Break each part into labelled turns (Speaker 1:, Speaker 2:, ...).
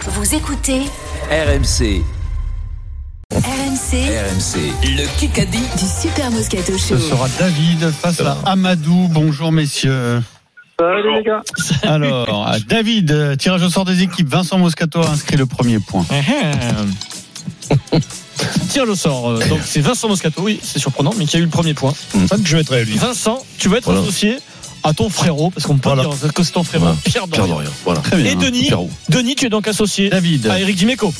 Speaker 1: Vous écoutez
Speaker 2: RMC,
Speaker 1: RMC
Speaker 2: RMC, le Kikadi.
Speaker 1: du Super Moscato Show.
Speaker 3: Ce sera David face à Amadou. Bonjour messieurs.
Speaker 4: Salut les gars.
Speaker 3: Alors, à David, euh, tirage au sort des équipes. Vincent Moscato a inscrit le premier point.
Speaker 5: Tire le sort. euh, Donc c'est Vincent Moscato, oui, c'est surprenant, mais qui a eu le premier point.
Speaker 6: Mm. ça que je mettrais lui.
Speaker 5: Vincent, tu vas être associé à ton frérot, parce qu'on peut
Speaker 6: Voilà.
Speaker 5: dire euh, que c'est ton frérot,
Speaker 6: Voilà.
Speaker 5: Pierre
Speaker 6: Pierre
Speaker 5: Dorian.
Speaker 6: Dorian, voilà.
Speaker 3: Très bien.
Speaker 5: Et Denis,
Speaker 6: Pierrot.
Speaker 5: Denis, tu es donc associé
Speaker 3: David,
Speaker 5: à
Speaker 7: Ah,
Speaker 5: Eric Dimeco.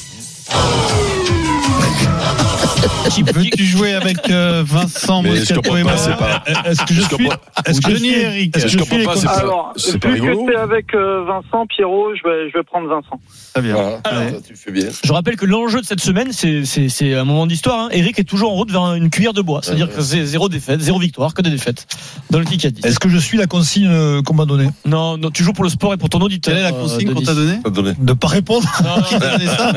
Speaker 3: veux-tu jouer avec euh, Vincent
Speaker 6: Mais je
Speaker 3: Moscato et
Speaker 6: comprends
Speaker 3: moi
Speaker 6: pas, c'est pas.
Speaker 3: Est-ce que je suis...
Speaker 6: comprends-
Speaker 3: Est-ce que je
Speaker 6: Denis
Speaker 3: suis
Speaker 6: et
Speaker 3: Eric
Speaker 6: Est-ce que je comprends pas, c'est pas-
Speaker 4: Alors,
Speaker 6: c'est
Speaker 4: vu
Speaker 6: pas rigolo.
Speaker 4: que t'es avec euh, Vincent, Pierrot, je vais, je vais prendre Vincent.
Speaker 3: Très bien.
Speaker 5: Alors,
Speaker 6: tu fais bien.
Speaker 5: Je rappelle que l'enjeu de cette semaine, c'est- c'est c'est un moment d'histoire. hein. Eric est toujours en route vers une cuillère de bois. C'est-à-dire que c'est zéro défaite, zéro victoire, que des défaites. Dans le Kikadi.
Speaker 6: Est-ce que je suis la consigne euh, qu'on m'a donnée
Speaker 5: Non, non, tu joues pour le sport et pour ton auditeur.
Speaker 3: Quelle est la
Speaker 5: euh,
Speaker 3: consigne qu'on
Speaker 5: Denis.
Speaker 3: t'a donnée
Speaker 6: De pas répondre
Speaker 5: Non,
Speaker 3: Qui t'a donné ça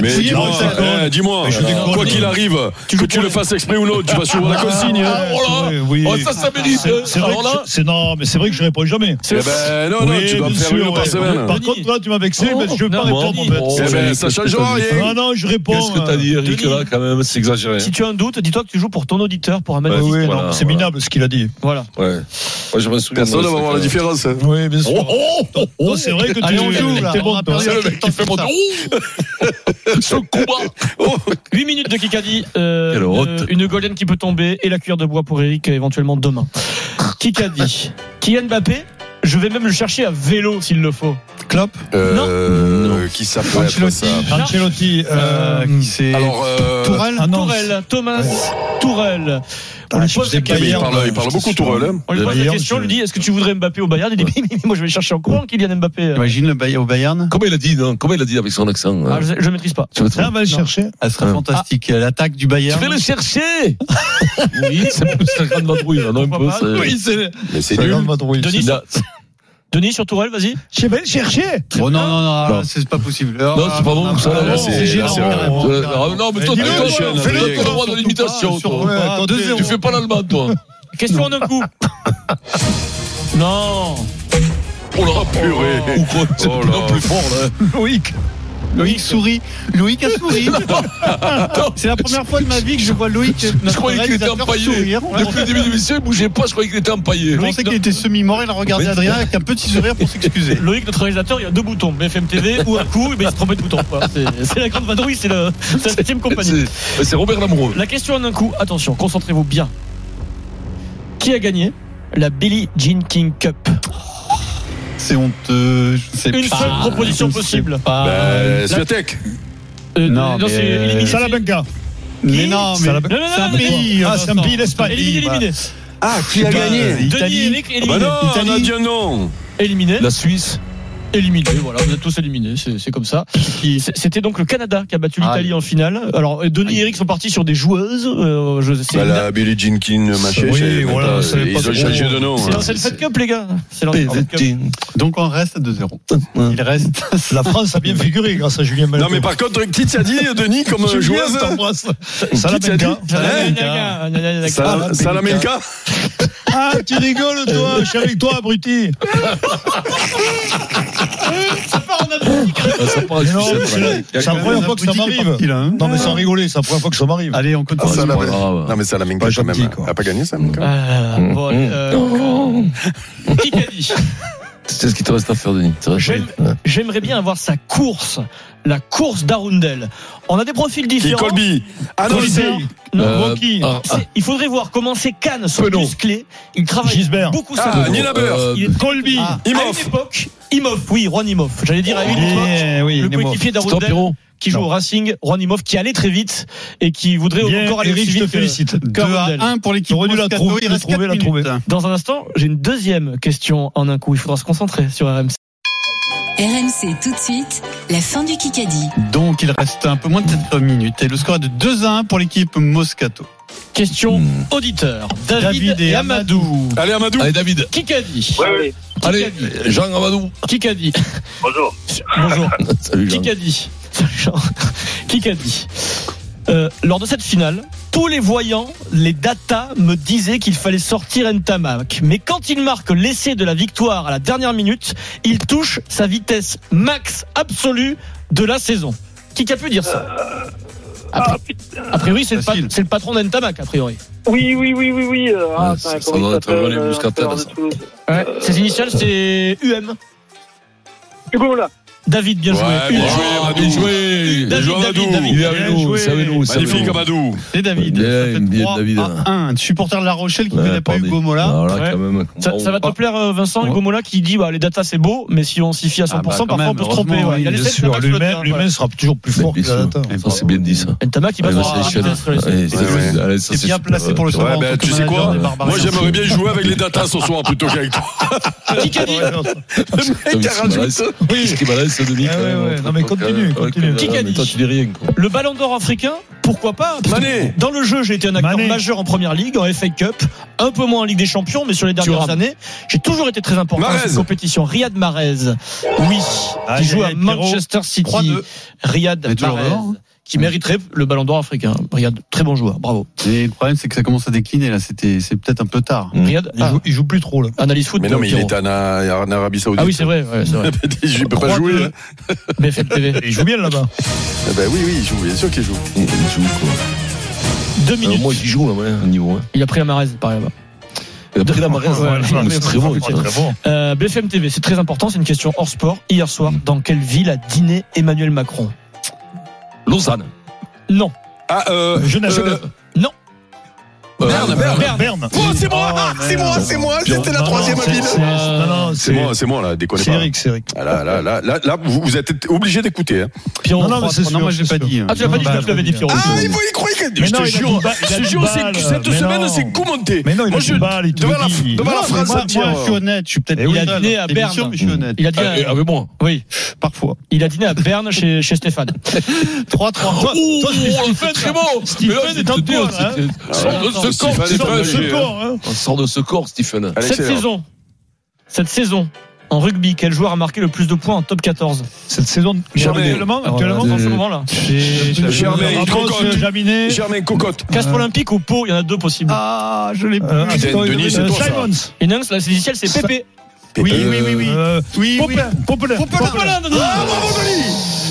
Speaker 6: mais
Speaker 3: fouiller,
Speaker 6: dis-moi,
Speaker 3: moi, que ça compte.
Speaker 6: eh, dis-moi,
Speaker 3: Mais je déconne.
Speaker 6: quoi qu'il arrive,
Speaker 5: Tu
Speaker 6: que
Speaker 5: joues
Speaker 6: tu
Speaker 5: pour
Speaker 6: le
Speaker 5: les-
Speaker 6: fasses exprès ou non, tu vas suivre la consigne.
Speaker 3: Ah,
Speaker 6: hein. Oh là
Speaker 3: Oui,
Speaker 6: Oh,
Speaker 3: oui.
Speaker 6: ça, ça mérite.
Speaker 7: C'est vrai,
Speaker 6: Alors
Speaker 7: que
Speaker 6: là
Speaker 7: je- c'est- non, mais c'est vrai que je réponds jamais.
Speaker 5: c'est-
Speaker 6: Eh ben non, non,
Speaker 7: Oui,
Speaker 6: tu dois me
Speaker 7: bien
Speaker 6: faire
Speaker 7: sûr,
Speaker 6: une
Speaker 7: ouais.
Speaker 6: par semaine.
Speaker 7: Par contre, toi, tu m'as vexé
Speaker 5: Oh,
Speaker 7: parce que je veux
Speaker 5: non,
Speaker 7: pas
Speaker 5: mais
Speaker 7: répondre
Speaker 5: on
Speaker 7: en
Speaker 5: dit-
Speaker 7: fait.
Speaker 6: Eh ben, ça change rien.
Speaker 7: Non, non, je réponds. euh, Denis.
Speaker 6: quand même C'est exagéré.
Speaker 5: Si tu as un doute, dis-toi que tu joues pour ton auditeur, pour Ahmed
Speaker 7: Oui,
Speaker 5: Aziz.
Speaker 7: oui,
Speaker 6: Voilà,
Speaker 7: non, c'est
Speaker 6: voilà.
Speaker 7: minable ce qu'il a dit.
Speaker 5: Voilà.
Speaker 6: Ouais. Moi, je me souviens. Personne ne va voir la différence. hein.
Speaker 7: Oui, bien sûr. Non, c'est vrai que
Speaker 3: Allez, on
Speaker 7: tu
Speaker 3: joue,
Speaker 7: joues,
Speaker 3: là.
Speaker 7: t'es
Speaker 3: On
Speaker 7: bon,
Speaker 3: a
Speaker 7: toi.
Speaker 3: perdu.
Speaker 6: C'est le mec qui fait mon Ce combat. Oh,
Speaker 5: 8 minutes de Kikadi, euh,
Speaker 6: Quelle
Speaker 5: une,
Speaker 6: honte.
Speaker 5: une golden qui peut tomber et la cuillère de bois pour Eric euh, éventuellement demain. Kikadi, Kylian Mbappé, je vais même le chercher à vélo s'il le faut.
Speaker 3: Clop
Speaker 6: Euh, Qui s'appelle
Speaker 3: Ancelotti.
Speaker 6: ça
Speaker 7: Ancelotti, euh,
Speaker 3: Ah, bah. Euh, qui c'est
Speaker 6: Alors, euh,
Speaker 3: Tourelle
Speaker 7: ah non,
Speaker 5: Tourelle, Thomas Tourelle. On
Speaker 7: Ah,
Speaker 5: lui
Speaker 7: je
Speaker 5: pose
Speaker 7: sais
Speaker 5: la
Speaker 7: pas,
Speaker 6: mais Eh ben, il
Speaker 5: question.
Speaker 7: Bayern,
Speaker 6: parle, il parle
Speaker 7: je
Speaker 6: beaucoup
Speaker 7: suis
Speaker 6: Tourelle. hein.
Speaker 5: On lui pose la
Speaker 7: Bayern,
Speaker 5: question, on lui dit
Speaker 7: je-
Speaker 5: est-ce que tu voudrais Mbappé au Bayard Il dit mais moi je vais le chercher en courant Kylian Mbappé.
Speaker 3: Imagine le Bay- au Bayern
Speaker 8: Comment il a dit, non Comment il a dit avec son accent
Speaker 5: Ah, je, je maîtrise pas.
Speaker 8: Tu
Speaker 7: Là, on va le
Speaker 5: Non.
Speaker 7: chercher. hein.
Speaker 3: Elle serait
Speaker 8: Ah.
Speaker 3: fantastique. Euh, L'attaque du Bayern.
Speaker 8: vais le chercher Oui, c'est un peu sa grande vadrouille, là, non un peu,
Speaker 5: Pourquoi pas
Speaker 8: c'est-
Speaker 6: Mais c'est
Speaker 7: Ça
Speaker 6: nul.
Speaker 7: regarde, Madrouille.
Speaker 5: Denis,
Speaker 8: Il a-
Speaker 5: Denis sur Tourelle, vas-y.
Speaker 7: Je vais le chercher.
Speaker 3: Oh non, non, non,
Speaker 8: Non.
Speaker 3: c'est pas possible. Oh,
Speaker 8: Non, c'est pas bon, ça, là,
Speaker 6: là, c'est- là,
Speaker 3: gênant,
Speaker 6: c'est-
Speaker 3: carrément,
Speaker 8: Euh,
Speaker 3: carrément.
Speaker 8: ah, Non, mais toi,
Speaker 7: Mais
Speaker 8: tu
Speaker 7: dis-le,
Speaker 8: toi,
Speaker 6: toi,
Speaker 8: toi,
Speaker 6: fais-le,
Speaker 8: t'as le droit de
Speaker 3: surtout
Speaker 8: l'imitation,
Speaker 3: pas, surtout
Speaker 8: toi.
Speaker 3: pas,
Speaker 7: Ouais,
Speaker 3: 2-0.
Speaker 8: Tu fais pas l'allemand, toi.
Speaker 5: Question en un coup. Non.
Speaker 8: Oh là,
Speaker 6: purée.
Speaker 8: Ou quoi C'est
Speaker 6: Oh
Speaker 8: de plus en
Speaker 6: là.
Speaker 8: plus fort, là.
Speaker 7: Loïc.
Speaker 3: Loïc sourit. Loïc a souri. C'est la première fois de ma vie que je vois Loïc,
Speaker 8: Je
Speaker 3: notre
Speaker 8: croyais qu'il était
Speaker 3: réalisateur,
Speaker 8: empaillé.
Speaker 3: sourire.
Speaker 8: Depuis le début de l'émission, il bougeait pas, je croyais qu'il était empaillé.
Speaker 3: Je pensais qu'il était semi-mort. Il a regardé Adrien avec un petit sourire pour s'excuser.
Speaker 5: Loïc, notre réalisateur, il y a deux boutons, BFM TV ou un coup, mais il se trompait de bouton. quoi. C'est- C'est la grande vadrouille, c'est le- c'est la septième compagnie.
Speaker 8: C'est c'est Robert Lamoureux.
Speaker 5: La question en un coup, attention, concentrez-vous bien. Qui a gagné la Billie Jean King Cup
Speaker 3: C'est honteux. Je ne sais
Speaker 5: Une
Speaker 3: pas.
Speaker 5: seule proposition
Speaker 3: Je ne sais
Speaker 5: possible.
Speaker 3: pas.
Speaker 6: Bah, Sviatek.
Speaker 5: Euh,
Speaker 3: Non, mais-
Speaker 5: c'est éliminé.
Speaker 7: Salamanca.
Speaker 3: Mais non, mais
Speaker 7: Ça l'a-
Speaker 5: Non, non, non,
Speaker 3: c'est un
Speaker 5: non,
Speaker 3: pays.
Speaker 7: Ah,
Speaker 3: euh,
Speaker 7: c'est un pays, l'Espagne.
Speaker 5: Éliminé, éliminé.
Speaker 6: Ah, qui
Speaker 3: Bah,
Speaker 5: Eh ben, Denis,
Speaker 3: Italie.
Speaker 7: Ah,
Speaker 5: Eric, éliminé.
Speaker 6: Bah non, on a
Speaker 3: Italie.
Speaker 6: dit un nom.
Speaker 5: éliminé.
Speaker 8: La Suisse.
Speaker 5: Éliminé, voilà, vous êtes tous éliminés, c'est c'est comme ça. C'est- C'était donc le Canada qui a
Speaker 3: Ah,
Speaker 5: battu l'Italie en finale. Alors, Denis et Eric sont partis sur des joueuses. euh, je sais,
Speaker 6: Bah, la Billie Jean King, machin.
Speaker 7: Oui,
Speaker 6: je sais même
Speaker 7: voilà,
Speaker 6: pas.
Speaker 7: on savait
Speaker 6: Ils
Speaker 7: pas
Speaker 6: ont
Speaker 7: trop.
Speaker 6: changé de nom.
Speaker 5: c'est
Speaker 6: hein.
Speaker 5: l'ancienne Fed Cup, les gars. C'est l'ancienne
Speaker 3: euh,
Speaker 5: Fed Cup.
Speaker 3: Donc on reste à 2-0. Il reste.
Speaker 7: La France a bien figuré grâce à Julien Malco.
Speaker 6: Non, mais par contre, qui t'a dit, Denis, comme euh,
Speaker 7: Julien,
Speaker 6: joueuse
Speaker 7: je t'embrasse.
Speaker 6: t'a dit
Speaker 5: Ah,
Speaker 6: Hein
Speaker 7: Salamanca.
Speaker 5: Salamanca. Salamanca.
Speaker 6: Sal- Salamenka
Speaker 7: Ah, tu rigoles,
Speaker 3: Euh,
Speaker 7: toi. Je suis avec toi, abruti.
Speaker 5: hein.
Speaker 8: Ah, ça part à
Speaker 7: Mais non,
Speaker 8: Suisse,
Speaker 7: c'est
Speaker 8: là.
Speaker 7: la-
Speaker 8: Il y a
Speaker 7: c'est la
Speaker 8: quand
Speaker 7: première
Speaker 8: même-
Speaker 7: fois que ça
Speaker 3: Abruti qui est
Speaker 7: m'arrive.
Speaker 3: parti, là, hein.
Speaker 7: Non, mais sans rigoler, c'est la première fois que ça m'arrive.
Speaker 3: Allez, on continue.
Speaker 8: Ah, c'est pas
Speaker 6: Salamanca.
Speaker 8: grave.
Speaker 6: Non, mais Salamenka, quand même.
Speaker 7: gentil, quoi.
Speaker 6: Elle a pas gagné, Salamenka.
Speaker 5: Ah, bon,
Speaker 6: Mm,
Speaker 5: euh, Kikadi.
Speaker 8: C'est ce qu'il te reste à faire, Denis. Ça va,
Speaker 5: J'aime-
Speaker 8: ouais.
Speaker 5: J'aimerais bien avoir sa course, la course d'Arundel. On a des profils
Speaker 6: Qui
Speaker 5: différents.
Speaker 6: Colby Ah non,
Speaker 5: Colby.
Speaker 6: c'est-
Speaker 5: Non,
Speaker 8: Euh,
Speaker 5: Rocky.
Speaker 8: ah, ah.
Speaker 5: C'est- Il faudrait voir comment ses cannes sont
Speaker 8: Penaud.
Speaker 5: musclées. Il travaille
Speaker 7: Gisbert.
Speaker 5: beaucoup sa
Speaker 6: Ah,
Speaker 5: course.
Speaker 6: Nina Beur.
Speaker 8: Euh,
Speaker 5: Il est Colby.
Speaker 3: Ah,
Speaker 5: à une
Speaker 6: Imhoff.
Speaker 5: époque, Imhoff, oui, Juan Imhoff. J'allais dire à
Speaker 7: Oh,
Speaker 5: une époque,
Speaker 3: Eh oui,
Speaker 5: le
Speaker 3: Nemo.
Speaker 5: coéquipier
Speaker 8: Stan
Speaker 5: d'Arundel
Speaker 8: Pierrot.
Speaker 5: qui joue au Racing, Juan Imhoff qui allait très vite et qui voudrait
Speaker 7: Bien,
Speaker 5: encore aller
Speaker 7: Eric,
Speaker 5: aussi
Speaker 7: je te
Speaker 5: vite. euh, que-
Speaker 7: félicite.
Speaker 5: que
Speaker 3: 2 à
Speaker 5: Arundel.
Speaker 3: 1 pour l'équipe
Speaker 7: T'aurais dû la
Speaker 3: Moscato.
Speaker 7: trouver,
Speaker 3: Il reste
Speaker 7: la trouver,
Speaker 3: 4
Speaker 7: la
Speaker 3: minutes.
Speaker 7: trouver.
Speaker 5: Dans un instant, j'ai une deuxième question en un coup. Il faudra se concentrer sur RMC.
Speaker 1: RMC tout de suite, la fin du Kikadi.
Speaker 3: Donc il reste un peu moins de 4 minutes. Et le score est de 2 à 1 pour l'équipe Moscato.
Speaker 5: Question
Speaker 8: Hmm.
Speaker 5: auditeur. David,
Speaker 3: David et
Speaker 5: et Amadou.
Speaker 6: Allez, Amadou.
Speaker 8: Allez, David.
Speaker 5: Qui qu'a dit
Speaker 4: Allez.
Speaker 8: Allez, Jean Amadou.
Speaker 5: Qui qu'a dit
Speaker 4: Bonjour.
Speaker 5: Bonjour.
Speaker 8: Salut,
Speaker 5: Qui
Speaker 8: Jean.
Speaker 5: qu'a dit Qui qu'a dit Euh, Lors de cette finale, tous les voyants, les data me disaient qu'il fallait sortir Ntamak. Mais quand il marque l'essai de la victoire à la dernière minute, il touche sa vitesse max absolue de la saison. Qui a pu dire ça
Speaker 4: Ah, putain.
Speaker 5: A priori, c'est le, pa-
Speaker 7: facile.
Speaker 5: c'est le patron d'Entamac, a priori.
Speaker 4: oui, oui, oui, oui, oui. euh, ah,
Speaker 6: ça-
Speaker 4: attends,
Speaker 6: ça
Speaker 4: comment
Speaker 6: doit
Speaker 4: il
Speaker 6: être
Speaker 4: s'appelle,
Speaker 6: Valé
Speaker 4: euh,
Speaker 6: Bouscatelle,
Speaker 4: joueur de
Speaker 6: ça.
Speaker 4: Toulouse
Speaker 5: Ses initiales, c'est UM.
Speaker 4: Hugo, là.
Speaker 5: David, bien joué.
Speaker 6: Ouais,
Speaker 5: UM.
Speaker 6: bien joué, Madou.
Speaker 8: Bien joué.
Speaker 5: David,
Speaker 8: Bien joué,
Speaker 5: David,
Speaker 8: Amadou.
Speaker 5: David.
Speaker 8: Il est avec
Speaker 3: Bien
Speaker 8: nous,
Speaker 3: joué.
Speaker 8: c'est avec nous. c'est avec
Speaker 6: Magnifique,
Speaker 8: nous.
Speaker 6: Amadou.
Speaker 3: C'est David.
Speaker 8: Bien,
Speaker 3: ça fait
Speaker 8: bien,
Speaker 3: 3
Speaker 8: David.
Speaker 3: à 1. Supporter de La Rochelle qui ne
Speaker 8: Ouais,
Speaker 3: connaît pas
Speaker 8: pardon. Ah,
Speaker 3: Hugo Mola. Ah, bah,
Speaker 8: Voilà,
Speaker 5: Ouais.
Speaker 8: quand même.
Speaker 5: Ça, ça va
Speaker 8: oh.
Speaker 5: te plaire, euh, Vincent, Hugo Mola, qui dit bah, les datas c'est beau, mais si on s'y fie à 100%,
Speaker 3: Oh. Ah bah, quand
Speaker 5: parfois on
Speaker 3: même,
Speaker 5: peut se tromper.
Speaker 3: heureusement,
Speaker 5: ouais. Il y a
Speaker 3: oui,
Speaker 5: les
Speaker 3: bien
Speaker 5: sept qui
Speaker 3: sûr,
Speaker 5: passent le
Speaker 7: L'humain
Speaker 5: terrain,
Speaker 7: l'humain
Speaker 5: ouais.
Speaker 7: sera toujours plus fort que
Speaker 8: Bien
Speaker 3: euh,
Speaker 7: la
Speaker 8: sûr.
Speaker 7: data.
Speaker 8: Ça, c'est bien dit, ça.
Speaker 5: Ntamak, il
Speaker 8: Ouais,
Speaker 5: va
Speaker 3: Ah,
Speaker 8: bah, c'est chez-
Speaker 5: se
Speaker 8: Ouais, c'est- bah,
Speaker 6: Ouais.
Speaker 8: allez, ça,
Speaker 3: C'est bien
Speaker 8: super.
Speaker 3: placé pour le
Speaker 6: Ouais,
Speaker 3: savoir.
Speaker 6: ben, tu sais quoi Moi, j'aimerais bien jouer avec les datas ce soir plutôt qu'avec toi.
Speaker 5: Ah, Qui a dit
Speaker 8: Putain, mais
Speaker 6: Carole
Speaker 8: qu'est-ce qu'il balance- Qu'est-ce qu'il balance, ce Denis,
Speaker 7: Ah
Speaker 8: quand
Speaker 7: ouais,
Speaker 8: même,
Speaker 7: ouais,
Speaker 8: entre-
Speaker 7: non, mais continue,
Speaker 8: Ouais,
Speaker 7: continue.
Speaker 8: ouais,
Speaker 5: Qui
Speaker 8: mais
Speaker 5: a dit
Speaker 8: Toi, tu dis rien, quoi.
Speaker 5: Le ballon d'or africain, pourquoi pas Parce que
Speaker 6: Mané.
Speaker 5: Dans le jeu, j'ai été un acteur
Speaker 3: Mané.
Speaker 5: majeur en première ligue, en FA Cup, un peu moins en Ligue des Champions, mais sur les dernières
Speaker 8: Thuram.
Speaker 5: années, j'ai toujours été très important dans
Speaker 6: Mahrez.
Speaker 5: cette compétition. Riyad Mahrez, oui, qui
Speaker 3: Aïe,
Speaker 5: joue
Speaker 3: aïe,
Speaker 5: à
Speaker 3: aïe, Pierrot.
Speaker 5: Manchester City.
Speaker 3: 3-2. Mais
Speaker 5: Riyad
Speaker 3: toujours
Speaker 5: Mahrez,
Speaker 3: dehors, hein.
Speaker 5: qui mériterait le ballon d'or africain. Riyad, très bon joueur, bravo.
Speaker 3: Et le problème, c'est que ça commence à décliner là. C'était, c'est peut-être un peu tard.
Speaker 8: Mm.
Speaker 5: Riyad,
Speaker 7: Il
Speaker 5: ah,
Speaker 7: joue, il joue plus trop là.
Speaker 5: analyse foot.
Speaker 6: Mais non, mais il
Speaker 5: Pierrot.
Speaker 6: est en, en Arabie Saoudite.
Speaker 5: Ah oui, c'est vrai, ouais, c'est vrai.
Speaker 6: Je peux pas
Speaker 5: 3-2.
Speaker 6: jouer. hein.
Speaker 5: BFM TV.
Speaker 7: Il joue bien là-bas.
Speaker 6: Eh Ben oui, oui, il joue, bien sûr qu'il joue.
Speaker 8: Il- il joue, quoi.
Speaker 6: Euh,
Speaker 5: Deux
Speaker 8: Alors,
Speaker 5: minutes.
Speaker 8: Euh, Moi, j'y joue, là, ouais, au niveau. hein.
Speaker 5: Il a pris la Mahrez, par là-bas.
Speaker 8: Et après, la Mahrez,
Speaker 5: Ouais,
Speaker 8: ouais, hein. c'est très bon.
Speaker 5: ouais,
Speaker 8: putain.
Speaker 5: ouais. Euh, BFM TV, c'est très important, c'est une question hors sport. Hier soir, dans quelle ville a dîné Emmanuel Macron
Speaker 8: Lausanne.
Speaker 5: Non.
Speaker 6: Ah, euh.
Speaker 7: Genève.
Speaker 6: euh,
Speaker 5: Non.
Speaker 8: Euh,
Speaker 6: Berne, Berne.
Speaker 3: Ah,
Speaker 7: Berne.
Speaker 6: Oh, c'est moi,
Speaker 7: Ah,
Speaker 6: c'est moi, c'est moi, c'était
Speaker 7: Non,
Speaker 6: la
Speaker 7: non,
Speaker 6: troisième
Speaker 7: c'est-
Speaker 6: ville.
Speaker 7: c'est- Non, non,
Speaker 6: C'est moi, c'est moi, là, déconnez
Speaker 7: C'est
Speaker 6: pas.
Speaker 7: Eric, c'est Eric.
Speaker 6: Ah, là, là, là, là, là, vous, vous êtes obligé d'écouter. hein.
Speaker 5: Pierrot,
Speaker 7: Non, non, mais
Speaker 5: trois-
Speaker 7: c'est sûr.
Speaker 3: non, moi, j'ai
Speaker 7: c'est
Speaker 3: pas
Speaker 7: sûr.
Speaker 3: dit.
Speaker 5: Ah, tu l'as pas dit,
Speaker 7: Bah,
Speaker 5: je te l'avais dit, Pierrot.
Speaker 6: Ah, il faut y croire que-
Speaker 7: Mais
Speaker 6: Je
Speaker 7: non,
Speaker 6: te
Speaker 7: il a
Speaker 6: jure,
Speaker 7: une ba- il
Speaker 6: je
Speaker 7: a
Speaker 6: te
Speaker 7: une
Speaker 6: jure, c'est-
Speaker 7: balle.
Speaker 6: cette
Speaker 7: Mais
Speaker 6: semaine,
Speaker 7: non.
Speaker 6: c'est commenté.
Speaker 7: Mais non, il
Speaker 6: Moi,
Speaker 7: a
Speaker 6: je-
Speaker 7: une balle, il te
Speaker 6: devant
Speaker 7: le
Speaker 6: la-
Speaker 7: dit.
Speaker 6: devant la
Speaker 7: Non, mais
Speaker 6: France
Speaker 7: moi-
Speaker 6: entière.
Speaker 7: moi, je suis honnête.
Speaker 3: honnête, je suis peut-être.
Speaker 6: Eh
Speaker 5: Il a
Speaker 3: pas
Speaker 5: dîné
Speaker 3: dans
Speaker 5: à
Speaker 3: cette émission,
Speaker 5: Berne.
Speaker 3: mais je suis honnête.
Speaker 5: Il a, dîné,
Speaker 8: Ah, et
Speaker 5: à-
Speaker 8: Avec moi.
Speaker 5: oui,
Speaker 3: Parfois.
Speaker 5: il a dîné à Berne chez, chez Stéphane.
Speaker 3: 3-3.
Speaker 8: Oh, on fait très bon. Mais là,
Speaker 3: Stephen est
Speaker 8: c'est
Speaker 3: en
Speaker 8: te dire,
Speaker 3: pointe, hein.
Speaker 8: c'est-
Speaker 6: Ah,
Speaker 8: sors de ce
Speaker 6: Stephen
Speaker 8: corps,
Speaker 6: est
Speaker 8: Stephen.
Speaker 6: pas
Speaker 8: Sors de ce
Speaker 6: léger,
Speaker 8: corps.
Speaker 7: Encore, hein.
Speaker 8: On sort de ce corps, Stephen.
Speaker 6: Allez,
Speaker 5: Cette
Speaker 6: c'est l'heure.
Speaker 5: saison, cette saison, en rugby, quel joueur a marqué le plus de points en top Ah, 14
Speaker 7: Cette saison,
Speaker 6: Germain.
Speaker 7: actuellement, actuellement,
Speaker 5: Actuellement, dans ce
Speaker 8: euh,
Speaker 5: moment-là.
Speaker 6: Germain, il
Speaker 7: Ramos,
Speaker 6: cocotte.
Speaker 7: Jaminet,
Speaker 6: Germain Cocotte.
Speaker 5: Casse olympique ou Pau, il y en a deux possibles.
Speaker 3: Ah, je l'ai plus.
Speaker 7: euh,
Speaker 6: Putain,
Speaker 7: Astoy,
Speaker 6: Denis, c'est
Speaker 7: euh,
Speaker 6: toi, ça.
Speaker 7: Simons.
Speaker 5: Et Nanks, la initiale, c'est Pépé.
Speaker 7: Oui,
Speaker 6: Euh,
Speaker 7: oui, oui, oui. Euh,
Speaker 3: Oui, oui.
Speaker 7: Popelin, Popelin.
Speaker 5: Popelin, non, non, non.
Speaker 6: Ah, bravo, Denis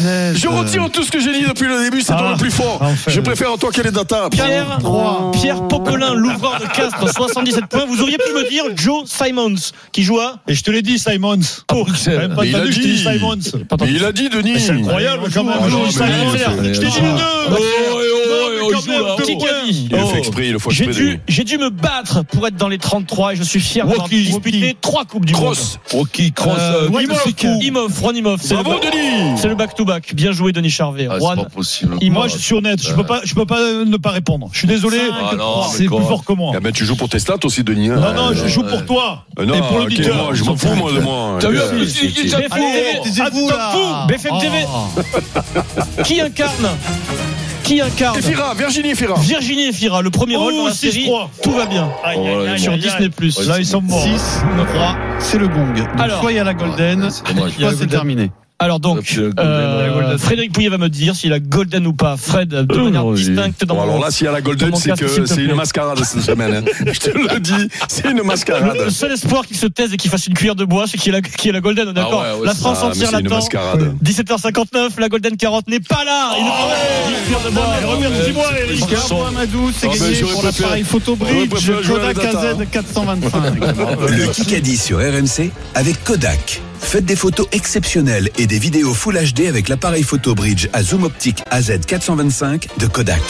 Speaker 5: Euh,
Speaker 6: Je retire tout ce que j'ai dit depuis le début, c'est toi
Speaker 7: Ah,
Speaker 6: le plus fort.
Speaker 7: enfin.
Speaker 6: Je préfère toi que les datas.
Speaker 5: Pierre,
Speaker 3: Trois.
Speaker 5: Pierre Popelin, l'ouvreur de Castres, 77 points. Vous auriez pu me dire Joe Simons, qui joue à
Speaker 7: Et je te l'ai dit, Simons.
Speaker 8: Oh,
Speaker 7: Même pas
Speaker 6: Mais il a
Speaker 7: entendu, je te dis
Speaker 6: dit.
Speaker 7: Simons.
Speaker 5: Pas tant
Speaker 6: Mais il a dit, Denis.
Speaker 7: C'est incroyable quand même.
Speaker 6: Ah, non, mais
Speaker 7: Simons.
Speaker 6: c'est-
Speaker 7: Je t'ai dit les
Speaker 8: Oh,
Speaker 7: deux.
Speaker 8: oh, oh, il joue, là.
Speaker 5: Qui a dit
Speaker 6: Il le
Speaker 5: Oh.
Speaker 6: fait exprès, il le faut
Speaker 5: J'ai
Speaker 6: exprès.
Speaker 5: dû,
Speaker 6: Denis.
Speaker 5: j'ai dû me battre pour être dans les 33 et je suis fier d'avoir
Speaker 8: Walkie,
Speaker 5: disputé
Speaker 8: walkie.
Speaker 5: trois coupes du
Speaker 6: Cross.
Speaker 8: Rocky, Cross,
Speaker 5: monde.
Speaker 8: euh, Magnifique.
Speaker 5: Imov, Imov, Juan Imov, c'est le
Speaker 6: Bravo,
Speaker 5: back-
Speaker 6: Denis
Speaker 5: c'est le back-to-back. Bien joué, Denis Charvet.
Speaker 8: Ah, c'est
Speaker 5: Juan,
Speaker 8: pas possible.
Speaker 5: Il-
Speaker 7: Moi, je suis honnête. Je peux pas, je peux pas euh, ne pas répondre. Je suis désolé.
Speaker 8: Ah, non, mais
Speaker 7: C'est
Speaker 8: quoi.
Speaker 7: plus fort que moi.
Speaker 6: Ah ben, tu joues pour tes stats aussi, Denis. hein.
Speaker 7: Non, non, je
Speaker 8: ouais,
Speaker 7: joue
Speaker 8: ouais.
Speaker 7: pour toi.
Speaker 6: Euh,
Speaker 7: et
Speaker 6: non,
Speaker 7: pour
Speaker 6: ok,
Speaker 7: l'auditeur.
Speaker 6: moi, Je m'en fous, moi, de moi.
Speaker 8: T'as vu,
Speaker 6: Euh,
Speaker 8: il- il- il-
Speaker 5: BFM TV,
Speaker 7: taisez-vous,
Speaker 5: Attends,
Speaker 7: là. Oh.
Speaker 5: vous, BFM TV, qui incarne Qui incarne
Speaker 6: Efira, Virginie Efira.
Speaker 5: Virginie Efira, le premier rôle dans
Speaker 7: Oh,
Speaker 5: la série.
Speaker 7: 6-3.
Speaker 5: Tout va bien.
Speaker 7: Aïe, aïe,
Speaker 8: Oh, là,
Speaker 7: aïe,
Speaker 5: Sur
Speaker 7: aïe,
Speaker 5: Disney+.
Speaker 8: Ouais,
Speaker 7: Là, ils sont morts.
Speaker 3: 6, 3, c'est le gong. Donc,
Speaker 5: Alors.
Speaker 3: soit il y a la golden,
Speaker 8: Ah, c'est dommage.
Speaker 3: soit c'est terminé.
Speaker 5: Alors donc,
Speaker 8: Hop, le Golden,
Speaker 5: euh,
Speaker 8: la Golden.
Speaker 5: Frédéric Pouillet va me dire s'il a Golden ou pas. Fred, de
Speaker 8: Euh,
Speaker 5: manière
Speaker 8: oui.
Speaker 5: distincte dans
Speaker 6: Bon,
Speaker 5: mon
Speaker 6: alors là, s'il y a la Golden,
Speaker 5: Dans mon
Speaker 6: c'est
Speaker 5: casque, s'il
Speaker 6: que
Speaker 5: te
Speaker 6: c'est une
Speaker 5: plaît.
Speaker 6: mascarade cette semaine. hein. Je te le dis, c'est une
Speaker 5: Le,
Speaker 6: mascarade.
Speaker 5: le seul espoir qu'il se taise et qu'il fasse une cuillère de bois, c'est qu'il est, qui est la Golden, on est
Speaker 8: Ah
Speaker 5: d'accord
Speaker 8: ouais, ouais,
Speaker 5: La
Speaker 8: c'est-
Speaker 5: France
Speaker 6: Ah, mais
Speaker 5: entière
Speaker 6: c'est une
Speaker 5: l'attend.
Speaker 6: mascarade. Ah
Speaker 5: 17h59, la Golden 40 n'est pas là Il est une cuillère de bois.
Speaker 7: Remercie-moi, Eric.
Speaker 3: Bravo Amadou, c'est
Speaker 6: Ah, ben,
Speaker 3: gagné
Speaker 6: j'aurais
Speaker 3: pour
Speaker 6: préféré-
Speaker 3: l'appareil photo
Speaker 6: j'aurais
Speaker 3: bridge
Speaker 6: préféré jouer à la
Speaker 3: Kodak
Speaker 6: data, hein.
Speaker 3: AZ425.
Speaker 2: Le Kikadi sur RMC avec Kodak. Faites des photos exceptionnelles et des vidéos Full HD avec l'appareil photo bridge à zoom optique AZ425 de Kodak.